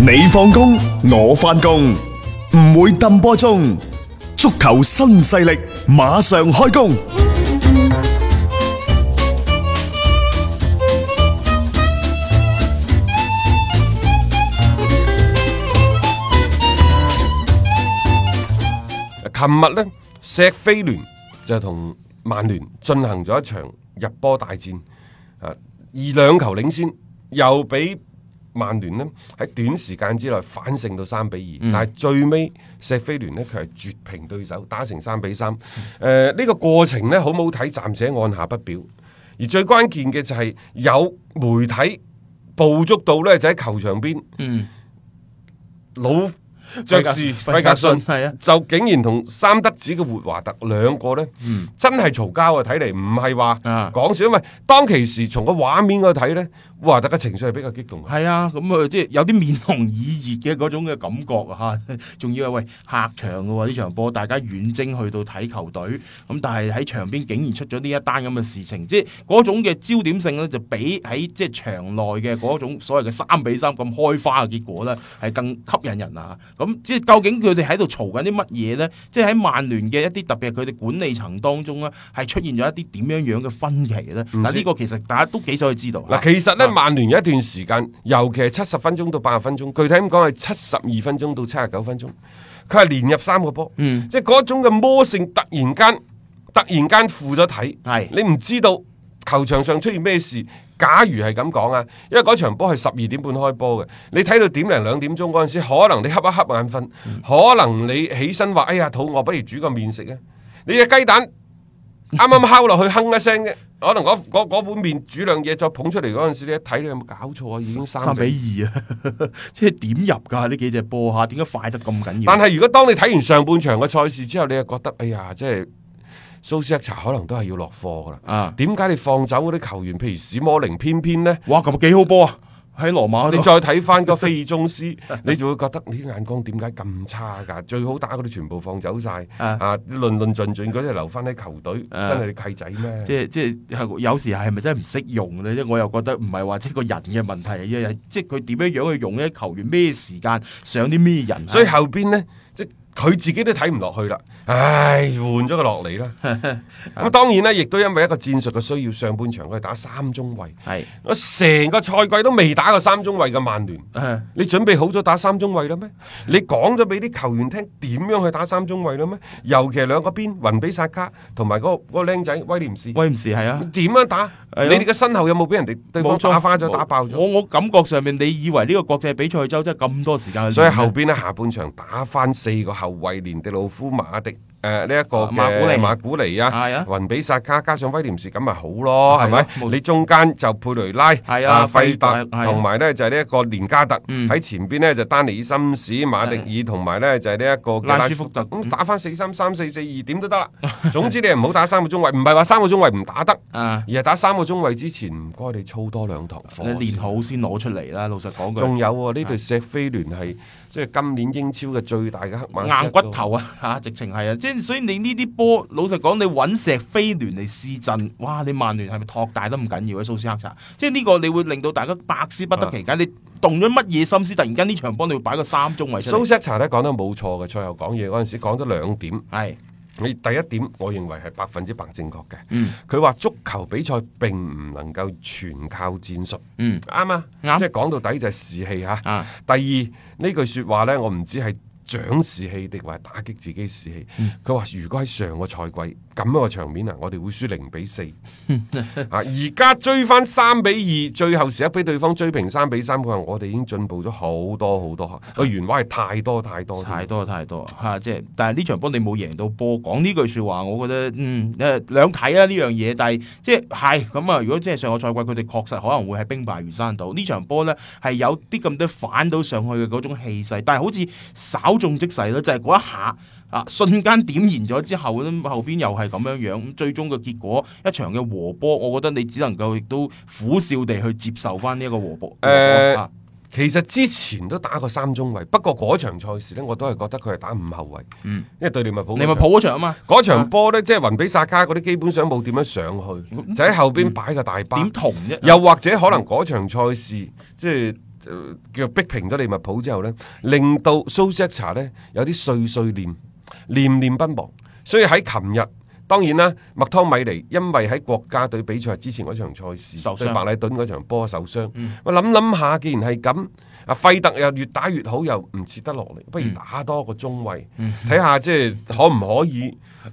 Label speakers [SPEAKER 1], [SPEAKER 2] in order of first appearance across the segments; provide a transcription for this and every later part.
[SPEAKER 1] 你放工，我翻工，唔會抌波鐘。足球新勢力馬上開工。
[SPEAKER 2] 呃琴日呢，石飛聯就同曼聯進行咗一場入波大戰，啊，以兩球領先，又俾曼聯呢喺短時間之內反勝到三比
[SPEAKER 3] 嗯
[SPEAKER 2] 二、但係最尾石飛聯呢，佢係絕平對手，打成三比三。誒、呃呢、個過程呢，好唔好睇，暫且按下不表。而最關鍵嘅就係有媒體捕捉到呢，就喺球場邊，
[SPEAKER 3] 嗯，
[SPEAKER 2] 老爵士
[SPEAKER 3] 費
[SPEAKER 2] 費
[SPEAKER 3] 格
[SPEAKER 2] 格
[SPEAKER 3] 遜
[SPEAKER 2] 遜
[SPEAKER 3] 係啊
[SPEAKER 2] 就竟然同三德子嘅活華特兩個呢，真係嘈交啊！睇嚟唔係話
[SPEAKER 3] 嗯啊
[SPEAKER 2] 講笑，因為當其時從個畫面嗰度睇呢，活華特嘅情緒係比較激動嘅。
[SPEAKER 3] 係啊，咁啊，即係有啲面紅耳熱嘅嗰種嘅感覺啊， 嚇仲要係喂客場嘅喎呢場波，大家遠征去到睇球隊，咁但係喺場邊竟然出咗呢一單咁嘅事情，即係嗰種嘅焦點性咧，就比喺即係場內嘅嗰種所謂嘅三比三咁開花嘅結果咧，係更吸引人啊！咁即係究竟佢哋喺度嘈緊啲乜嘢咧？即係喺曼聯嘅一啲特別係佢哋管理層當中咧，係出現咗一啲點樣樣嘅分歧咧？嗱，呢個其實大家都幾想去知道。
[SPEAKER 2] 嗱，其實呢，
[SPEAKER 3] 啊
[SPEAKER 2] 曼聯有一段時間，尤其係七十分鐘到八十分鐘，具體咁講係七十二分鐘到七十九分鐘，佢係連入三個波，
[SPEAKER 3] 嗯
[SPEAKER 2] 即係嗰種嘅魔性突然間突然間附咗體，
[SPEAKER 3] 係
[SPEAKER 2] 你唔知道球場上出現咩事。假如係咁講啊，因為嗰場波係十二點半開波嘅，你睇到點零兩點鐘嗰陣時，可能你瞌一瞌眼瞓，
[SPEAKER 3] 嗯
[SPEAKER 2] 可能你起身話：哎呀，肚餓，不如煮個麵食啊！你嘅雞蛋啱啱敲落去，哼一聲啫。可能嗰嗰嗰碗麵煮兩嘢，再捧出嚟嗰陣時，你一睇你有冇搞錯啊？已經三
[SPEAKER 3] 三比二啊！ 即係點入㗎？呢幾隻波嚇，點解快得咁緊要？
[SPEAKER 2] 但係如果當你睇完上半場嘅賽事之後，你又覺得哎呀，即係蘇斯克查可能都係要落課噶啦。
[SPEAKER 3] 啊，
[SPEAKER 2] 點解你放走嗰啲球員，譬如史摩寧，偏偏呢？
[SPEAKER 3] 哇，咁幾好波啊！喺羅馬嗰
[SPEAKER 2] 你
[SPEAKER 3] 度
[SPEAKER 2] 再睇翻個菲爾宗斯， 你就會覺得你啲眼光點解咁差㗎？最好打嗰啲全部放走晒，
[SPEAKER 3] 啊
[SPEAKER 2] 啊，論論盡盡嗰啲留翻喺球隊，
[SPEAKER 3] 啊
[SPEAKER 2] 真係你契仔咩？
[SPEAKER 3] 即係即係係有時係咪真係唔識用咧？即係我又覺得唔係話即係個人嘅問題，而係即係佢點樣樣去用呢球員咩時間上啲咩人啊，
[SPEAKER 2] 所以後邊呢，即係佢自己都睇唔落去啦。唉，換咗佢落 嚟啦。咁當然啦，亦都因為一個戰術嘅需要，上半場佢係打三中衞。
[SPEAKER 3] 係
[SPEAKER 2] 我成個賽季都未打過三中衞嘅曼聯，
[SPEAKER 3] 誒
[SPEAKER 2] 你準備好咗打三中衞啦咩？你講咗俾啲球員聽點樣去打三中衞啦咩？尤其係兩個邊雲比薩卡同埋嗰個嗰個僆仔威廉士，
[SPEAKER 3] 威唔士係啊。
[SPEAKER 2] 點樣打？
[SPEAKER 3] 係咯
[SPEAKER 2] 你哋嘅身後有冇俾人哋對方
[SPEAKER 3] 冇錯
[SPEAKER 2] 打花咗、
[SPEAKER 3] 冇
[SPEAKER 2] 打爆咗？
[SPEAKER 3] 我我感覺上面，你以為呢個國際比賽周真係咁多時間去練
[SPEAKER 2] 所
[SPEAKER 3] 咩？
[SPEAKER 2] 以後邊呢，下半場打翻四個後衞，連迪魯夫、馬迪誒呢一個
[SPEAKER 3] 啊馬古尼
[SPEAKER 2] 嘅馬古尼
[SPEAKER 3] 係啊
[SPEAKER 2] 啊、雲比薩卡，加上威廉士，咁咪好咯，
[SPEAKER 3] 係
[SPEAKER 2] 係
[SPEAKER 3] 咯
[SPEAKER 2] 咪
[SPEAKER 3] 冇？
[SPEAKER 2] 你中間就佩雷拉、
[SPEAKER 3] 係啊費
[SPEAKER 2] 費
[SPEAKER 3] 特
[SPEAKER 2] 特
[SPEAKER 3] 係啊
[SPEAKER 2] 同埋呢就係呢一個連加特，
[SPEAKER 3] 嗯
[SPEAKER 2] 喺前邊呢就丹尼森史、馬迪爾同埋呢就係呢一個嘅
[SPEAKER 3] 拉舒福特嗯
[SPEAKER 2] 咁嗯打翻四三三四四二點都得啦。 總之你唔好打三個中衞，唔係話三個中衞唔打得，
[SPEAKER 3] 啊，
[SPEAKER 2] 而係打三個中衞之前唔該你操多兩堂課
[SPEAKER 3] 你。練好先攞出嚟啦。老實講句，
[SPEAKER 2] 仲有喎，
[SPEAKER 3] 啊
[SPEAKER 2] 呢隊石飛聯係即係今年英超嘅最大嘅黑馬，
[SPEAKER 3] 硬骨。頭啊 嚇、直情係啊！即係所以你呢啲波，老實講，你揾石飛聯嚟試陣，哇！你曼聯係咪托大得唔緊要啊？蘇斯克查，即係呢個你會令到大家百思不得其
[SPEAKER 2] 啊
[SPEAKER 3] 解。你動咗乜嘢心思？突然間呢場波你會擺個三中位出
[SPEAKER 2] 蘇
[SPEAKER 3] 嚟，
[SPEAKER 2] 斯克查咧講得冇錯嘅，賽後講嘢嗰陣時講咗兩點。
[SPEAKER 3] 係
[SPEAKER 2] 你第一點，我認為係百分之百正確嘅。
[SPEAKER 3] 嗯
[SPEAKER 2] 佢話足球比賽並唔能夠全靠戰術，
[SPEAKER 3] 嗯
[SPEAKER 2] 啱啊，
[SPEAKER 3] 啱
[SPEAKER 2] 即係講到底就係士氣嚇。
[SPEAKER 3] 啊
[SPEAKER 2] 第二呢句説話呢，我唔知係長士氣定或係打擊自己士氣。
[SPEAKER 3] 嗯
[SPEAKER 2] 佢話、如果喺上個賽季咁樣嘅場面啊，我哋會輸零比 四。啊，而家追翻三比二，最後時刻俾對方追平三比三。佢話我哋已經進步咗好多好多，個原話係太多太多
[SPEAKER 3] 太多太多嚇、即係但係呢場波你冇贏到波，講呢句説話，我覺得嗯誒兩睇啦呢樣嘢，但係即係係咁啊！如果即係上個賽季佢哋確實可能會係兵敗如山倒，呢場波呢係有啲咁多反到上去嘅嗰種氣勢，但係好似稍縱即逝咯，就係、嗰一下。啊！瞬間點燃咗之後咧，後邊又係咁樣樣，咁最終嘅結果一場嘅和波，我覺得你只能夠亦都苦笑地去接受翻呢一個和波。
[SPEAKER 2] 誒
[SPEAKER 3] 和波啊
[SPEAKER 2] 其實之前都打過三中衞，不過嗰場賽事呢，我都係覺得佢係打五後衞，
[SPEAKER 3] 嗯
[SPEAKER 2] 因為對利物浦嗰
[SPEAKER 3] 你咪
[SPEAKER 2] 場
[SPEAKER 3] 抱嗰場啊嘛，
[SPEAKER 2] 嗰場波呢，即係雲比薩卡嗰啲基本上冇點樣上去，就喺後邊擺個大巴。
[SPEAKER 3] 嗯點同啫？
[SPEAKER 2] 又或者可能嗰場賽事，即係呃叫逼平咗利物浦之後呢，令到蘇斯克查呢有啲碎碎念，念念不忘。所以喺琴日，當然啦，麥湯米尼因為喺國家隊比賽之前嗰場賽事
[SPEAKER 3] 受傷
[SPEAKER 2] 對白禮頓嗰場波受傷，
[SPEAKER 3] 嗯
[SPEAKER 2] 我諗諗下，既然係咁，阿費特又越打越好，又唔切得落嚟，不
[SPEAKER 3] 嗯
[SPEAKER 2] 如打多個中衞，睇下即係可唔可以，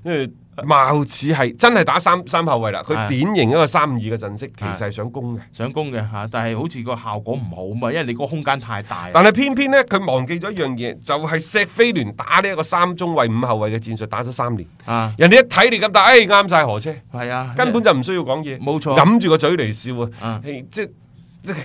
[SPEAKER 2] 因為貌似係真係打三三後衞啦，
[SPEAKER 3] 係
[SPEAKER 2] 佢典型一個三五二嘅陣式，其實
[SPEAKER 3] 係
[SPEAKER 2] 係想攻嘅。
[SPEAKER 3] 想攻嘅吓，但係好似個效果唔好啊嘛，因為你個空間太大。啊
[SPEAKER 2] 但係偏偏呢，佢忘記咗一樣嘢，就係、石飛聯打呢一個三中衞五後衞嘅戰術打咗三年，
[SPEAKER 3] 啊，
[SPEAKER 2] 人哋一睇你咁打，誒啱晒河車，
[SPEAKER 3] 係啊，
[SPEAKER 2] 根本就唔需要講嘢，
[SPEAKER 3] 冇錯
[SPEAKER 2] 揞住個嘴嚟笑
[SPEAKER 3] 啊
[SPEAKER 2] 啊，嘿即係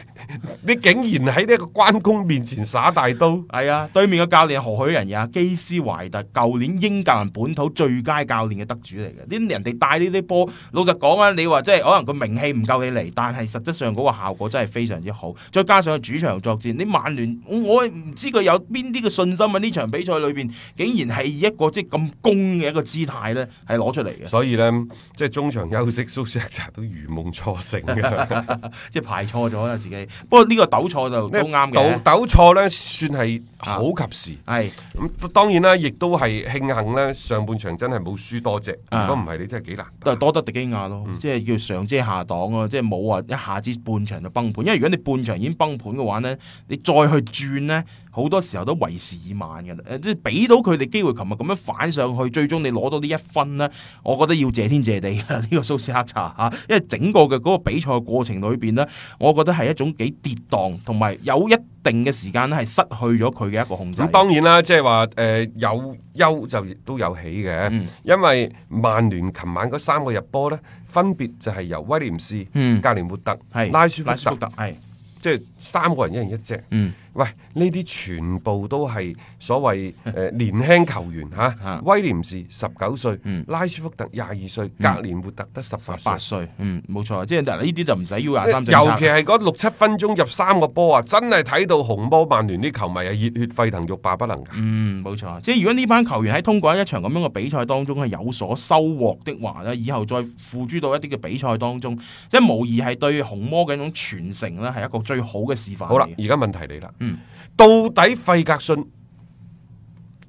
[SPEAKER 2] 你竟然喺呢一個關公面前耍大 刀，
[SPEAKER 3] 係啊，對面嘅教練係何許人也？基斯懷特，舊年英格蘭本土最佳教練嘅得主嚟嘅。啲人哋帶呢啲波，老實講啊，你話即係可能個名氣唔夠你嚟，但係實質上嗰個效果真係非常之好。再加上主場作戰，你曼聯我我唔知佢有邊啲嘅信心喺呢場比賽裏邊，竟然係以一個即係咁攻嘅一個姿態咧，係攞出嚟嘅，
[SPEAKER 2] 所以呢，即係中場休息，蘇斯克查都如夢初醒嘅，
[SPEAKER 3] 即係排錯咗啦自己。不過呢個抖錯 就都 啱
[SPEAKER 2] 抖
[SPEAKER 3] 嘅，啊
[SPEAKER 2] 抖錯呢，算係好及時。
[SPEAKER 3] 係
[SPEAKER 2] 咁當然啦，亦都係慶幸咧，上半場真係冇輸多隻。
[SPEAKER 3] 啊
[SPEAKER 2] 如果唔係，你真係幾難打。
[SPEAKER 3] 都係多得迪基亞咯，
[SPEAKER 2] 嗯
[SPEAKER 3] 即係叫上遮下擋啊，即係冇話一下子半場就崩盤。因為如果你半場已經崩盤嘅話呢，你再去轉呢，好多時候都為時已晚嘅啦。誒即係俾到佢哋機會，琴日咁樣反上去，最終你攞到呢一分呢，我覺得要謝天謝地啊！呢、個蘇斯克查嚇，因為整個嘅嗰個比賽過程裏邊呢，我覺得係一種幾跌宕，同埋有一定嘅時間咧係失去咗佢嘅一個控制。
[SPEAKER 2] 咁當然啦，即係話誒有憂就亦都有喜嘅，
[SPEAKER 3] 嗯
[SPEAKER 2] 因為曼聯琴晚嗰三個入波呢，分別就係由威廉士、
[SPEAKER 3] 嗯
[SPEAKER 2] 格連活特、
[SPEAKER 3] 係
[SPEAKER 2] 拉舒福
[SPEAKER 3] 拉舒福
[SPEAKER 2] 特，
[SPEAKER 3] 特係
[SPEAKER 2] 即係三個人一人一隻。
[SPEAKER 3] 嗯
[SPEAKER 2] 喂，呢啲全部都係所 謂誒、呃年輕球員嚇、
[SPEAKER 3] 啊
[SPEAKER 2] 威廉士十九歲
[SPEAKER 3] 嗯，
[SPEAKER 2] 拉舒福特廿二歲，格連活特得十八歲
[SPEAKER 3] 八。歲，嗯冇錯，即係嗱呢啲就唔使 U 廿三政策
[SPEAKER 2] 尤其係嗰六七分鐘入三個波啊，真係睇到紅魔曼聯啲球迷係熱血沸騰，欲罷不能㗎。
[SPEAKER 3] 嗯，冇錯。即係如果呢班球員喺通過一場咁樣嘅比賽當中係有所收穫的話咧，以後再付諸到一啲嘅比賽當中，即係無疑係對紅魔嘅一種傳承咧，係一個最好嘅示範嚟嘅。
[SPEAKER 2] 好啦，而家問題嚟啦，
[SPEAKER 3] 嗯
[SPEAKER 2] 到底費格遜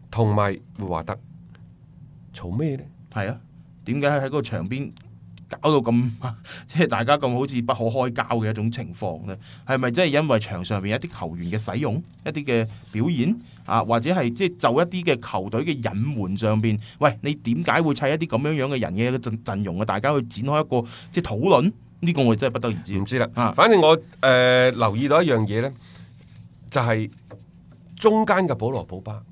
[SPEAKER 2] 同埋胡華德嘈咩呢？
[SPEAKER 3] 係啊，點解喺個場邊搞到咁， 即係大家咁好似不可開交嘅一種情況呢？係咪真係因為場上面一啲球員嘅使用、一啲嘅表演啊，或者係即係就一啲嘅球隊嘅隱瞞上邊？喂，你點解會砌一啲咁樣樣嘅人嘅陣陣容啊？大家去展開一個即係討論，呢、個我真係不得而知
[SPEAKER 2] 唔。知啦。
[SPEAKER 3] 啊
[SPEAKER 2] 反正我誒、呃留意到一樣嘢呢，就係、中間嘅保羅保巴，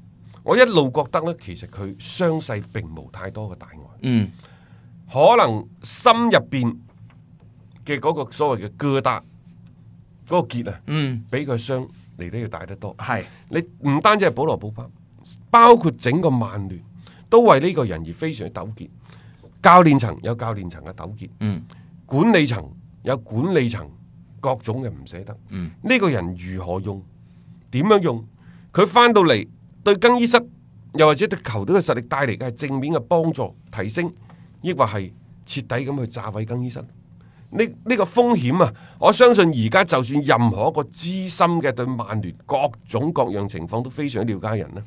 [SPEAKER 2] 我一路覺得呢，其實佢傷勢並無太多嘅大礙。
[SPEAKER 3] 嗯，
[SPEAKER 2] 可能心入邊嘅嗰個所謂嘅疙瘩，嗰、個結啊，
[SPEAKER 3] 嗯，
[SPEAKER 2] 比佢傷嚟得要大得多。
[SPEAKER 3] 係
[SPEAKER 2] 你唔單止係保羅保巴，包括整個曼聯都為呢個人而非常之糾結。教練層有教練層嘅糾結，
[SPEAKER 3] 嗯
[SPEAKER 2] 管理層有管理層各種嘅唔捨得。
[SPEAKER 3] 嗯
[SPEAKER 2] 呢個人如何用，點樣用，佢翻到嚟對更衣室，又或者對球隊嘅實力帶嚟嘅係正面嘅幫助提升，抑或係徹底咁去炸毀更衣室？呢呢、個風險啊，我相信而家就算任何一個資深嘅對曼聯各種各樣情況都非常了解嘅人咧，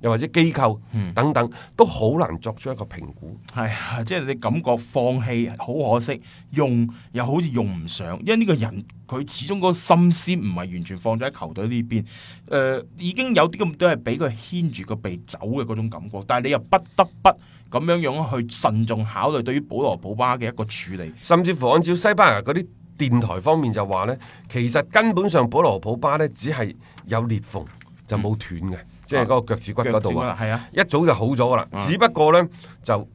[SPEAKER 2] 又或者機構等等，都好難作出一個評估。
[SPEAKER 3] 係啊，即係你感覺放棄好可惜，用又好似用唔上，因為呢個人佢始終嗰個心思唔係完全放咗喺球隊呢邊，誒、已經有啲咁多係俾佢牽住個鼻走嘅嗰種感覺，但係你又不得不咁樣樣去慎重考慮對於保羅保巴嘅一個處理，
[SPEAKER 2] 甚至乎按照西班牙嗰啲電台方面就話呢，其實根本上保羅普巴呢，只係有裂縫就冇斷嘅，即係嗰個腳趾骨嗰度
[SPEAKER 3] 嗯腳
[SPEAKER 2] 啊，
[SPEAKER 3] 趾骨係啊，
[SPEAKER 2] 一早就好咗噶啦。
[SPEAKER 3] 嗯
[SPEAKER 2] 只不過呢，就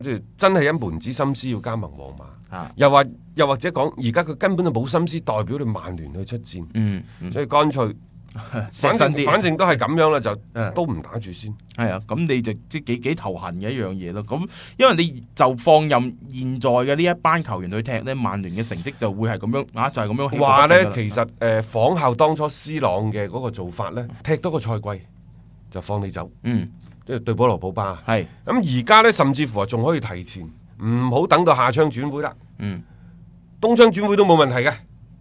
[SPEAKER 2] 即係真係一門子心思要加盟皇馬，
[SPEAKER 3] 啊，
[SPEAKER 2] 又或又或者講而家佢根本就冇心思代表你曼聯去出戰，
[SPEAKER 3] 嗯，嗯
[SPEAKER 2] 所以乾脆
[SPEAKER 3] 錫
[SPEAKER 2] 反
[SPEAKER 3] 身
[SPEAKER 2] 正
[SPEAKER 3] 啲，
[SPEAKER 2] 反正都係咁樣啦，就
[SPEAKER 3] 嗯
[SPEAKER 2] 都唔打住先。
[SPEAKER 3] 係啊，咁你就即係幾幾頭痕嘅一樣嘢咯。咁因為你就放任現在嘅呢一班球員去踢呢，曼聯嘅成績就會係咁樣啊，就係、咁樣起伏不定㗎啦。
[SPEAKER 2] 話呢，其實誒、呃仿效當初 C 朗嘅嗰個做法呢，踢多個賽季就放你走，
[SPEAKER 3] 嗯
[SPEAKER 2] 即係對保羅普巴。
[SPEAKER 3] 係
[SPEAKER 2] 咁而家呢，甚至乎啊，仲可以提前，唔好等到下窗轉會啦，
[SPEAKER 3] 嗯
[SPEAKER 2] 冬窗轉會都冇問題嘅。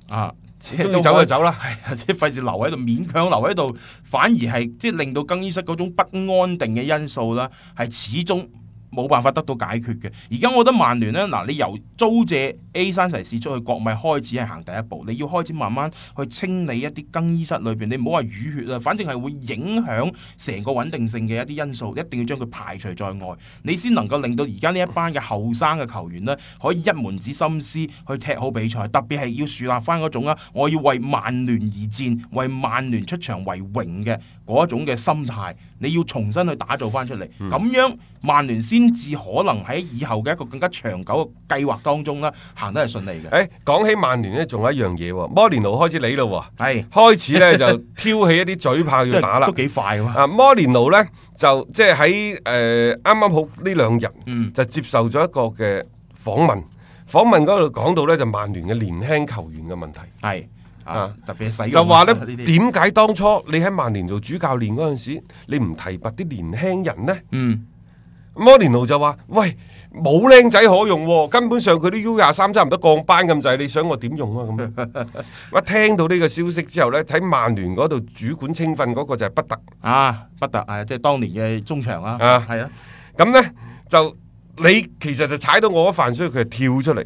[SPEAKER 3] 啊，即
[SPEAKER 2] 中意走就走啦
[SPEAKER 3] 係啊， 即係費事留喺度，勉強留喺度，反而係即係令到更衣室嗰種不安定嘅因素啦，係始終冇辦法得到解決嘅。而家我覺得曼聯呢，嗱，你由租借 A 山提士出去國米開始係行第一步，你要開始慢慢去清理一啲更衣室裏邊，你唔好話淤血啊，反正係會影響成個穩定性嘅一啲因素，一定要將佢排除在外，你先能夠令到而家呢一班嘅後生嘅球員呢，可以一門子心思去踢好比賽，特別係要樹立翻嗰種啊，我要為曼聯而戰，為曼聯出場為榮嘅嗰種嘅心態，你要重新去打造翻出嚟，咁、
[SPEAKER 2] 嗯
[SPEAKER 3] 樣曼聯先至可能喺以後嘅一個更加長久嘅計劃當中啦，行得係順利嘅。
[SPEAKER 2] 誒，講起曼聯呢，仲有一樣嘢喎，摩連奴開始理咯
[SPEAKER 3] 係
[SPEAKER 2] 喎，開始呢就挑起一啲嘴炮
[SPEAKER 3] 即
[SPEAKER 2] 要
[SPEAKER 3] 係
[SPEAKER 2] 打啦
[SPEAKER 3] 都。幾快喎。
[SPEAKER 2] 啊，摩連奴呢，就即係喺誒啱啱好呢兩日，
[SPEAKER 3] 嗯
[SPEAKER 2] 就接受咗一個嘅訪問，訪問嗰度講到呢，就曼聯嘅年輕球員嘅問題。
[SPEAKER 3] 係啊
[SPEAKER 2] 啊，
[SPEAKER 3] 特別係使
[SPEAKER 2] 就
[SPEAKER 3] 用
[SPEAKER 2] 話
[SPEAKER 3] 啊
[SPEAKER 2] 咧，
[SPEAKER 3] 啲
[SPEAKER 2] 點解當初你喺曼聯做主教練嗰陣時，你唔提拔啲年輕人呢？
[SPEAKER 3] 嗯
[SPEAKER 2] 摩連奴就話：喂，冇僆仔可用喎、根本上佢啲 U 廿三差唔多降班咁滯，你想我點用啊？咁，我聽到呢個消息之後呢，睇曼聯嗰度主管青訓嗰個就係不特，
[SPEAKER 3] 啊，不特係即係當年嘅中場啦，
[SPEAKER 2] 啊
[SPEAKER 3] 係啊，
[SPEAKER 2] 咁呢，就你其實就踩到我嗰飯，所以佢就跳 出嚟，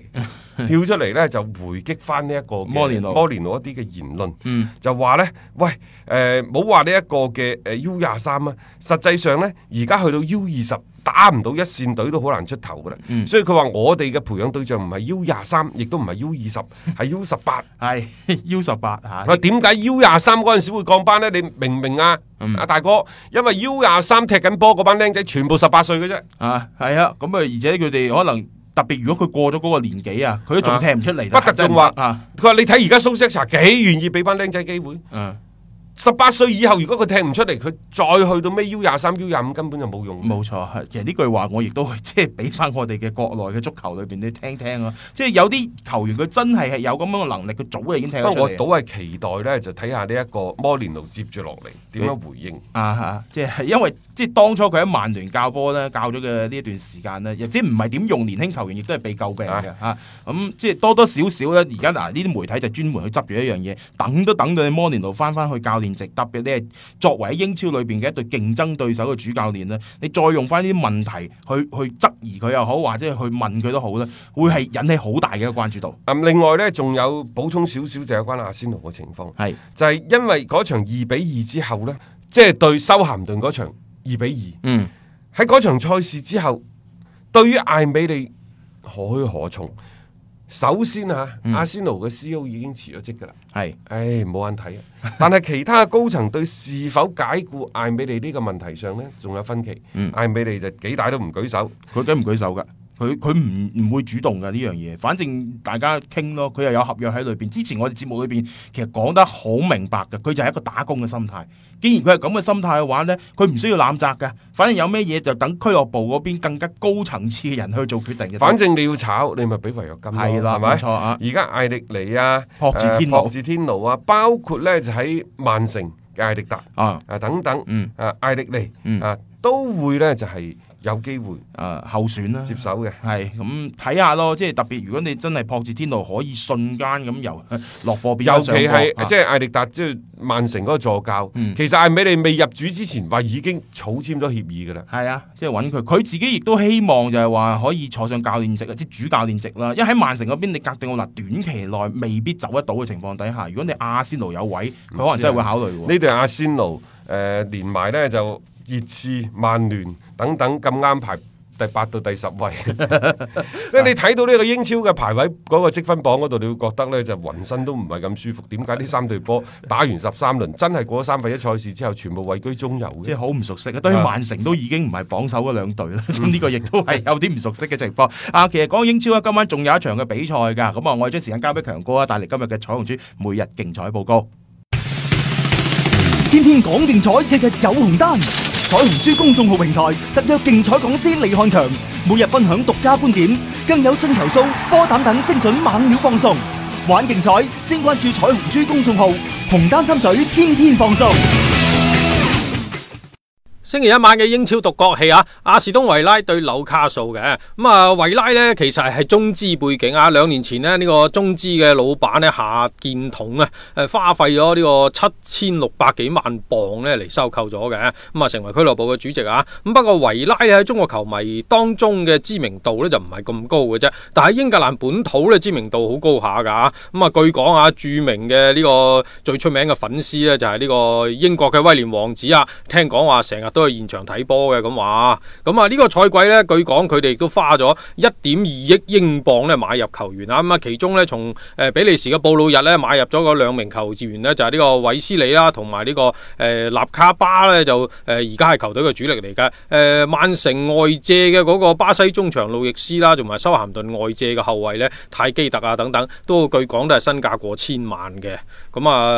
[SPEAKER 2] 跳出嚟呢，就回擊翻呢一個嘅
[SPEAKER 3] 摩連奴
[SPEAKER 2] 摩連奴一啲嘅言論。
[SPEAKER 3] 嗯。
[SPEAKER 2] 就話呢，喂，誒冇話呢一個嘅誒 U 廿三啊，實際上呢，而家去到 U 二十打唔到一線隊都好難出頭噶啦，
[SPEAKER 3] 嗯
[SPEAKER 2] 所以佢話我哋嘅培養對象唔係 U 廿三，亦都唔係 U 二十， 係 U 十八。
[SPEAKER 3] 係 U 十八吓，
[SPEAKER 2] 佢點解 U 廿三嗰陣時會降班呢？你明唔明啊？
[SPEAKER 3] 嗯
[SPEAKER 2] 啊大哥，因為 U 廿三踢緊波嗰班僆仔全部十八歲嘅啫，
[SPEAKER 3] 啊係啊，咁啊，而且佢哋可能特別，如果佢過咗嗰個年紀啊，佢都仲
[SPEAKER 2] 啊
[SPEAKER 3] 踢唔出嚟。
[SPEAKER 2] 不特
[SPEAKER 3] 真係
[SPEAKER 2] 仲話
[SPEAKER 3] 唔得啊，
[SPEAKER 2] 佢話你睇而家蘇斯查幾願意俾班僆仔機會？
[SPEAKER 3] 嗯，
[SPEAKER 2] 十八歲以後，如果佢踢唔出嚟，佢再去到咩 U 廿三、U 廿五根本就冇用。
[SPEAKER 3] 冇錯。係其實呢句話我亦都 即係俾翻我哋嘅國內嘅足球裏邊你聽聽啊，即係有啲球員佢真係係有咁樣嘅能力，佢早就已經踢得
[SPEAKER 2] 不
[SPEAKER 3] 出
[SPEAKER 2] 過我
[SPEAKER 3] 嚟啊
[SPEAKER 2] 倒係期待呢，就睇下呢一個摩連奴接住落嚟點樣回應。
[SPEAKER 3] 啊嚇！即係因為即係當初佢喺曼聯教波咧，教咗嘅呢一段時間咧，亦即係唔係點用年輕球員，亦都係被詬病嘅嚇。啊咁、即係多多少少咧，而家嗱呢啲媒體就專門去執住一樣嘢，等都等到你摩連奴翻翻去教練席，特別你係作為喺英超裏邊嘅一對競爭對手嘅主教練咧，你再用翻呢啲問題去去質疑佢又好，或者係去問佢都好咧，會係引起好大嘅一個關注度。
[SPEAKER 2] 嗯另外呢，仲有補充少少就有關阿仙奴嘅情況，
[SPEAKER 3] 係
[SPEAKER 2] 就係因為嗰場二比二之後呢，即係對修咸頓嗰場二比
[SPEAKER 3] 嗯
[SPEAKER 2] 二，喺嗰場賽事之後，對於艾美利何去何從？首先啊，
[SPEAKER 3] 嗯
[SPEAKER 2] 阿仙奴嘅 C.O. 已經辭咗職㗎啦，
[SPEAKER 3] 係
[SPEAKER 2] 唉，冇眼睇啊！但係其他嘅高層對是否解僱艾美利呢個問題上呢，仲有分歧。
[SPEAKER 3] 嗯
[SPEAKER 2] 艾美利就幾大都唔舉手。
[SPEAKER 3] 佢舉唔舉手㗎？佢佢唔唔會主動㗎呢樣嘢，反正大家傾咯。佢又有合約喺裏邊。之前我哋節目裏邊其實講得好明白嘅，佢就係一個打工嘅心態。既然佢係咁嘅心態嘅話呢，佢唔需要攬責㗎。反正有咩嘢就等俱樂部嗰邊更加高層次嘅人去做決定嘅。
[SPEAKER 2] 反正你要炒，你咪俾違約金咯，
[SPEAKER 3] 係啦，
[SPEAKER 2] 係
[SPEAKER 3] 冇
[SPEAKER 2] 咪？
[SPEAKER 3] 錯啊。
[SPEAKER 2] 而家艾力尼啊，
[SPEAKER 3] 朴智天奴
[SPEAKER 2] 誒朴智天奴啊，包括呢就喺曼城嘅艾力達
[SPEAKER 3] 啊，
[SPEAKER 2] 啊等等，
[SPEAKER 3] 嗯
[SPEAKER 2] 啊艾力尼、
[SPEAKER 3] 嗯
[SPEAKER 2] 啊都會呢就係有機會
[SPEAKER 3] 啊候選啦、
[SPEAKER 2] 接手嘅。
[SPEAKER 3] 係咁睇下咯，即係特別如果你真係朴智天奴可以瞬間咁由 落貨變
[SPEAKER 2] 尤
[SPEAKER 3] 咗
[SPEAKER 2] 其
[SPEAKER 3] 上貨啊
[SPEAKER 2] 係即係艾力達，即係曼城嗰個助教，
[SPEAKER 3] 嗯
[SPEAKER 2] 其實艾美利未入主之前話已經草簽咗協議㗎啦。
[SPEAKER 3] 係啊，即係揾佢，佢自己亦都希望就係話可以坐上教練席啊，即係主教練席啦。因為喺曼城嗰邊，你格定奧拿短期內未必走得到嘅情況底下，如果你阿仙奴有位，佢可能真係會考慮喎。
[SPEAKER 2] 呢隊阿仙奴誒連埋呢就熱刺、曼聯等等咁啱排第八到第十位，即係你睇到呢個英超嘅排位嗰個積分榜嗰度，你會覺得呢就渾身都唔係咁舒服。點解呢三隊波打完十三輪，真係過咗三分一賽事之後，全部位居中游
[SPEAKER 3] 即
[SPEAKER 2] 嘅
[SPEAKER 3] 係？好唔熟悉啊！嗯對於曼城都已經唔係榜首嗰兩隊啦，咁呢個亦都係有啲唔熟悉嘅情況。啊，其實講英超啊，今晚仲有一場嘅比賽㗎，咁啊，我哋將時間交俾強哥啊，帶嚟今日嘅彩虹珠每日競彩報告。
[SPEAKER 4] 天天講競彩，日日有紅單。彩虹珠公眾號平台特約競彩講師李漢強，每日分享獨家觀點，更有進球數、波膽等精準猛料放送。玩競彩，先關注彩虹珠公眾號，紅單心水，天天放送。
[SPEAKER 5] 星期一晚嘅英超獨角戲啊，阿士東維拉對紐卡素嘅。咁啊，維拉呢其實係中資背景啊，兩年前呢，呢、個中資嘅老闆呢夏建統啊，誒花費咗呢個七千六百幾萬磅呢嚟收購咗嘅，咁啊成為俱樂部嘅主席啊。咁不過維拉呢喺中國球迷當中嘅知名度呢就唔係咁高嘅啫，但喺英格蘭本土呢知名度好高下㗎啊。咁啊據講啊，著名嘅呢個最出名嘅粉絲呢，就係呢個英國嘅威廉王子啊，聽講話成日都去現場睇波嘅咁話。咁啊呢個賽季呢，據講佢哋亦都花咗一點二億英鎊呢買入球員啊。咁啊其中呢，從誒比利時嘅布魯日呢買入咗嗰兩名球員呢，就係呢個韋斯利啦，同埋呢個誒納卡巴呢，就誒而家係球隊嘅主力嚟嘅。誒曼城外借嘅嗰個巴西中場路易斯啦，同埋修咸頓外借嘅後衞呢，泰基特啊等等，都據講都係身價過千萬嘅。咁啊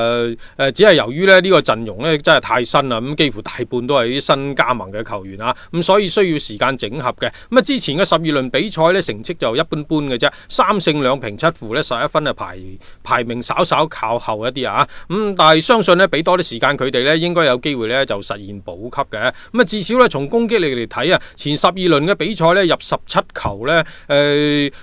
[SPEAKER 5] 誒，只係由於咧呢個陣容咧真係太新啦，咁幾乎大半都係啲新加盟嘅球員啊，咁所以需要時間整合嘅。咁啊，之前嘅十二輪比賽咧成績就一般般嘅啫，三勝兩平七負咧十一分係排排名稍稍靠後一啲啊。咁但係相信咧俾多啲時間佢哋咧，應該有機會咧就實現保級嘅。咁啊，至少咧從攻擊力嚟睇啊，前十二輪嘅比賽咧入十七球咧，誒、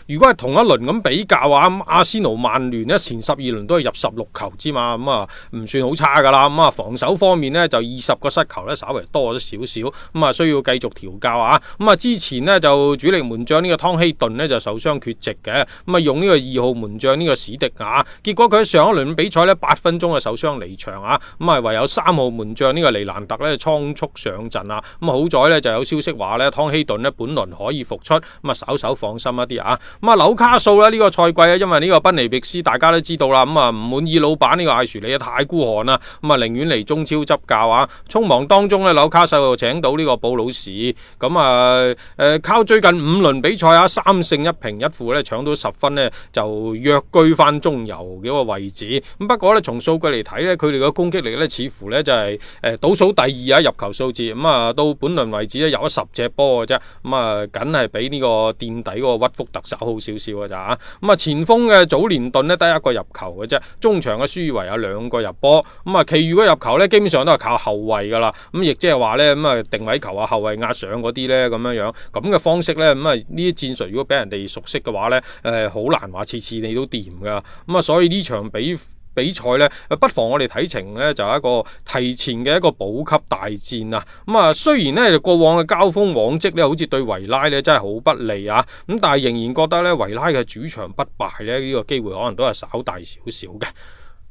[SPEAKER 5] 如果係同一輪咁比較啊，咁阿仙奴、曼聯咧前十二輪都係入十六球之嘛，咁啊唔算好差噶啦。咁啊防守方面呢，就二十個失球咧，稍微多咗少少，咁啊需要繼續調教啊。咁啊之前呢，就主力門將呢個湯希頓呢，就受傷缺席嘅，咁啊用呢個二號門將呢個史迪亞，結果佢喺上一輪比賽呢，八分鐘啊受傷離場啊，咁啊唯有三號門將呢個尼蘭特呢，倉促上陣啊。咁啊好在呢，就有消息話呢，湯希頓呢，本輪可以復出，咁啊稍稍放心一啲啊。咁啊紐卡素呢，呢個賽季啊，因為呢個賓尼迪斯大家都知道啦，咁啊唔滿意老闆呢個艾殊利啊太孤寒啦，咁啊寧願嚟中超執教啊。匆忙當中呢，紐卡素又請到呢個布魯士，咁啊誒靠最近五輪比賽啊三勝一平一負呢，搶到十分呢，就躍居翻中游嘅一個位置。咁不過呢，從數據嚟睇呢，佢哋嘅攻擊力呢，似乎呢就係誒倒數第二啊入球數字，咁啊到本輪為止呢，有咗十隻波嘅啫，咁啊梗係比呢個墊底嗰個屈福特稍好少少嘅咋嚇咁啊，前鋒嘅早年頓呢，得一個入球嘅啫，中場嘅舒維有兩個入波，咁啊，其餘嘅入球呢，基本上都係靠後衞噶啦。咁亦即係話呢，咁啊定位球啊、後衞壓上嗰啲呢，咁樣樣咁嘅方式呢，咁啊呢啲戰術如果俾人哋熟悉嘅話呢，誒、好難話次次你都掂噶。咁啊，所以呢場比比賽呢，不妨我哋睇情呢，就係一個提前嘅一個保級大戰啊！咁啊，雖然呢過往嘅交鋒往績呢，好似對維拉呢真係好不利啊，咁但係仍然覺得呢維拉嘅主場不敗呢，呢、個機會可能都係稍大少少嘅。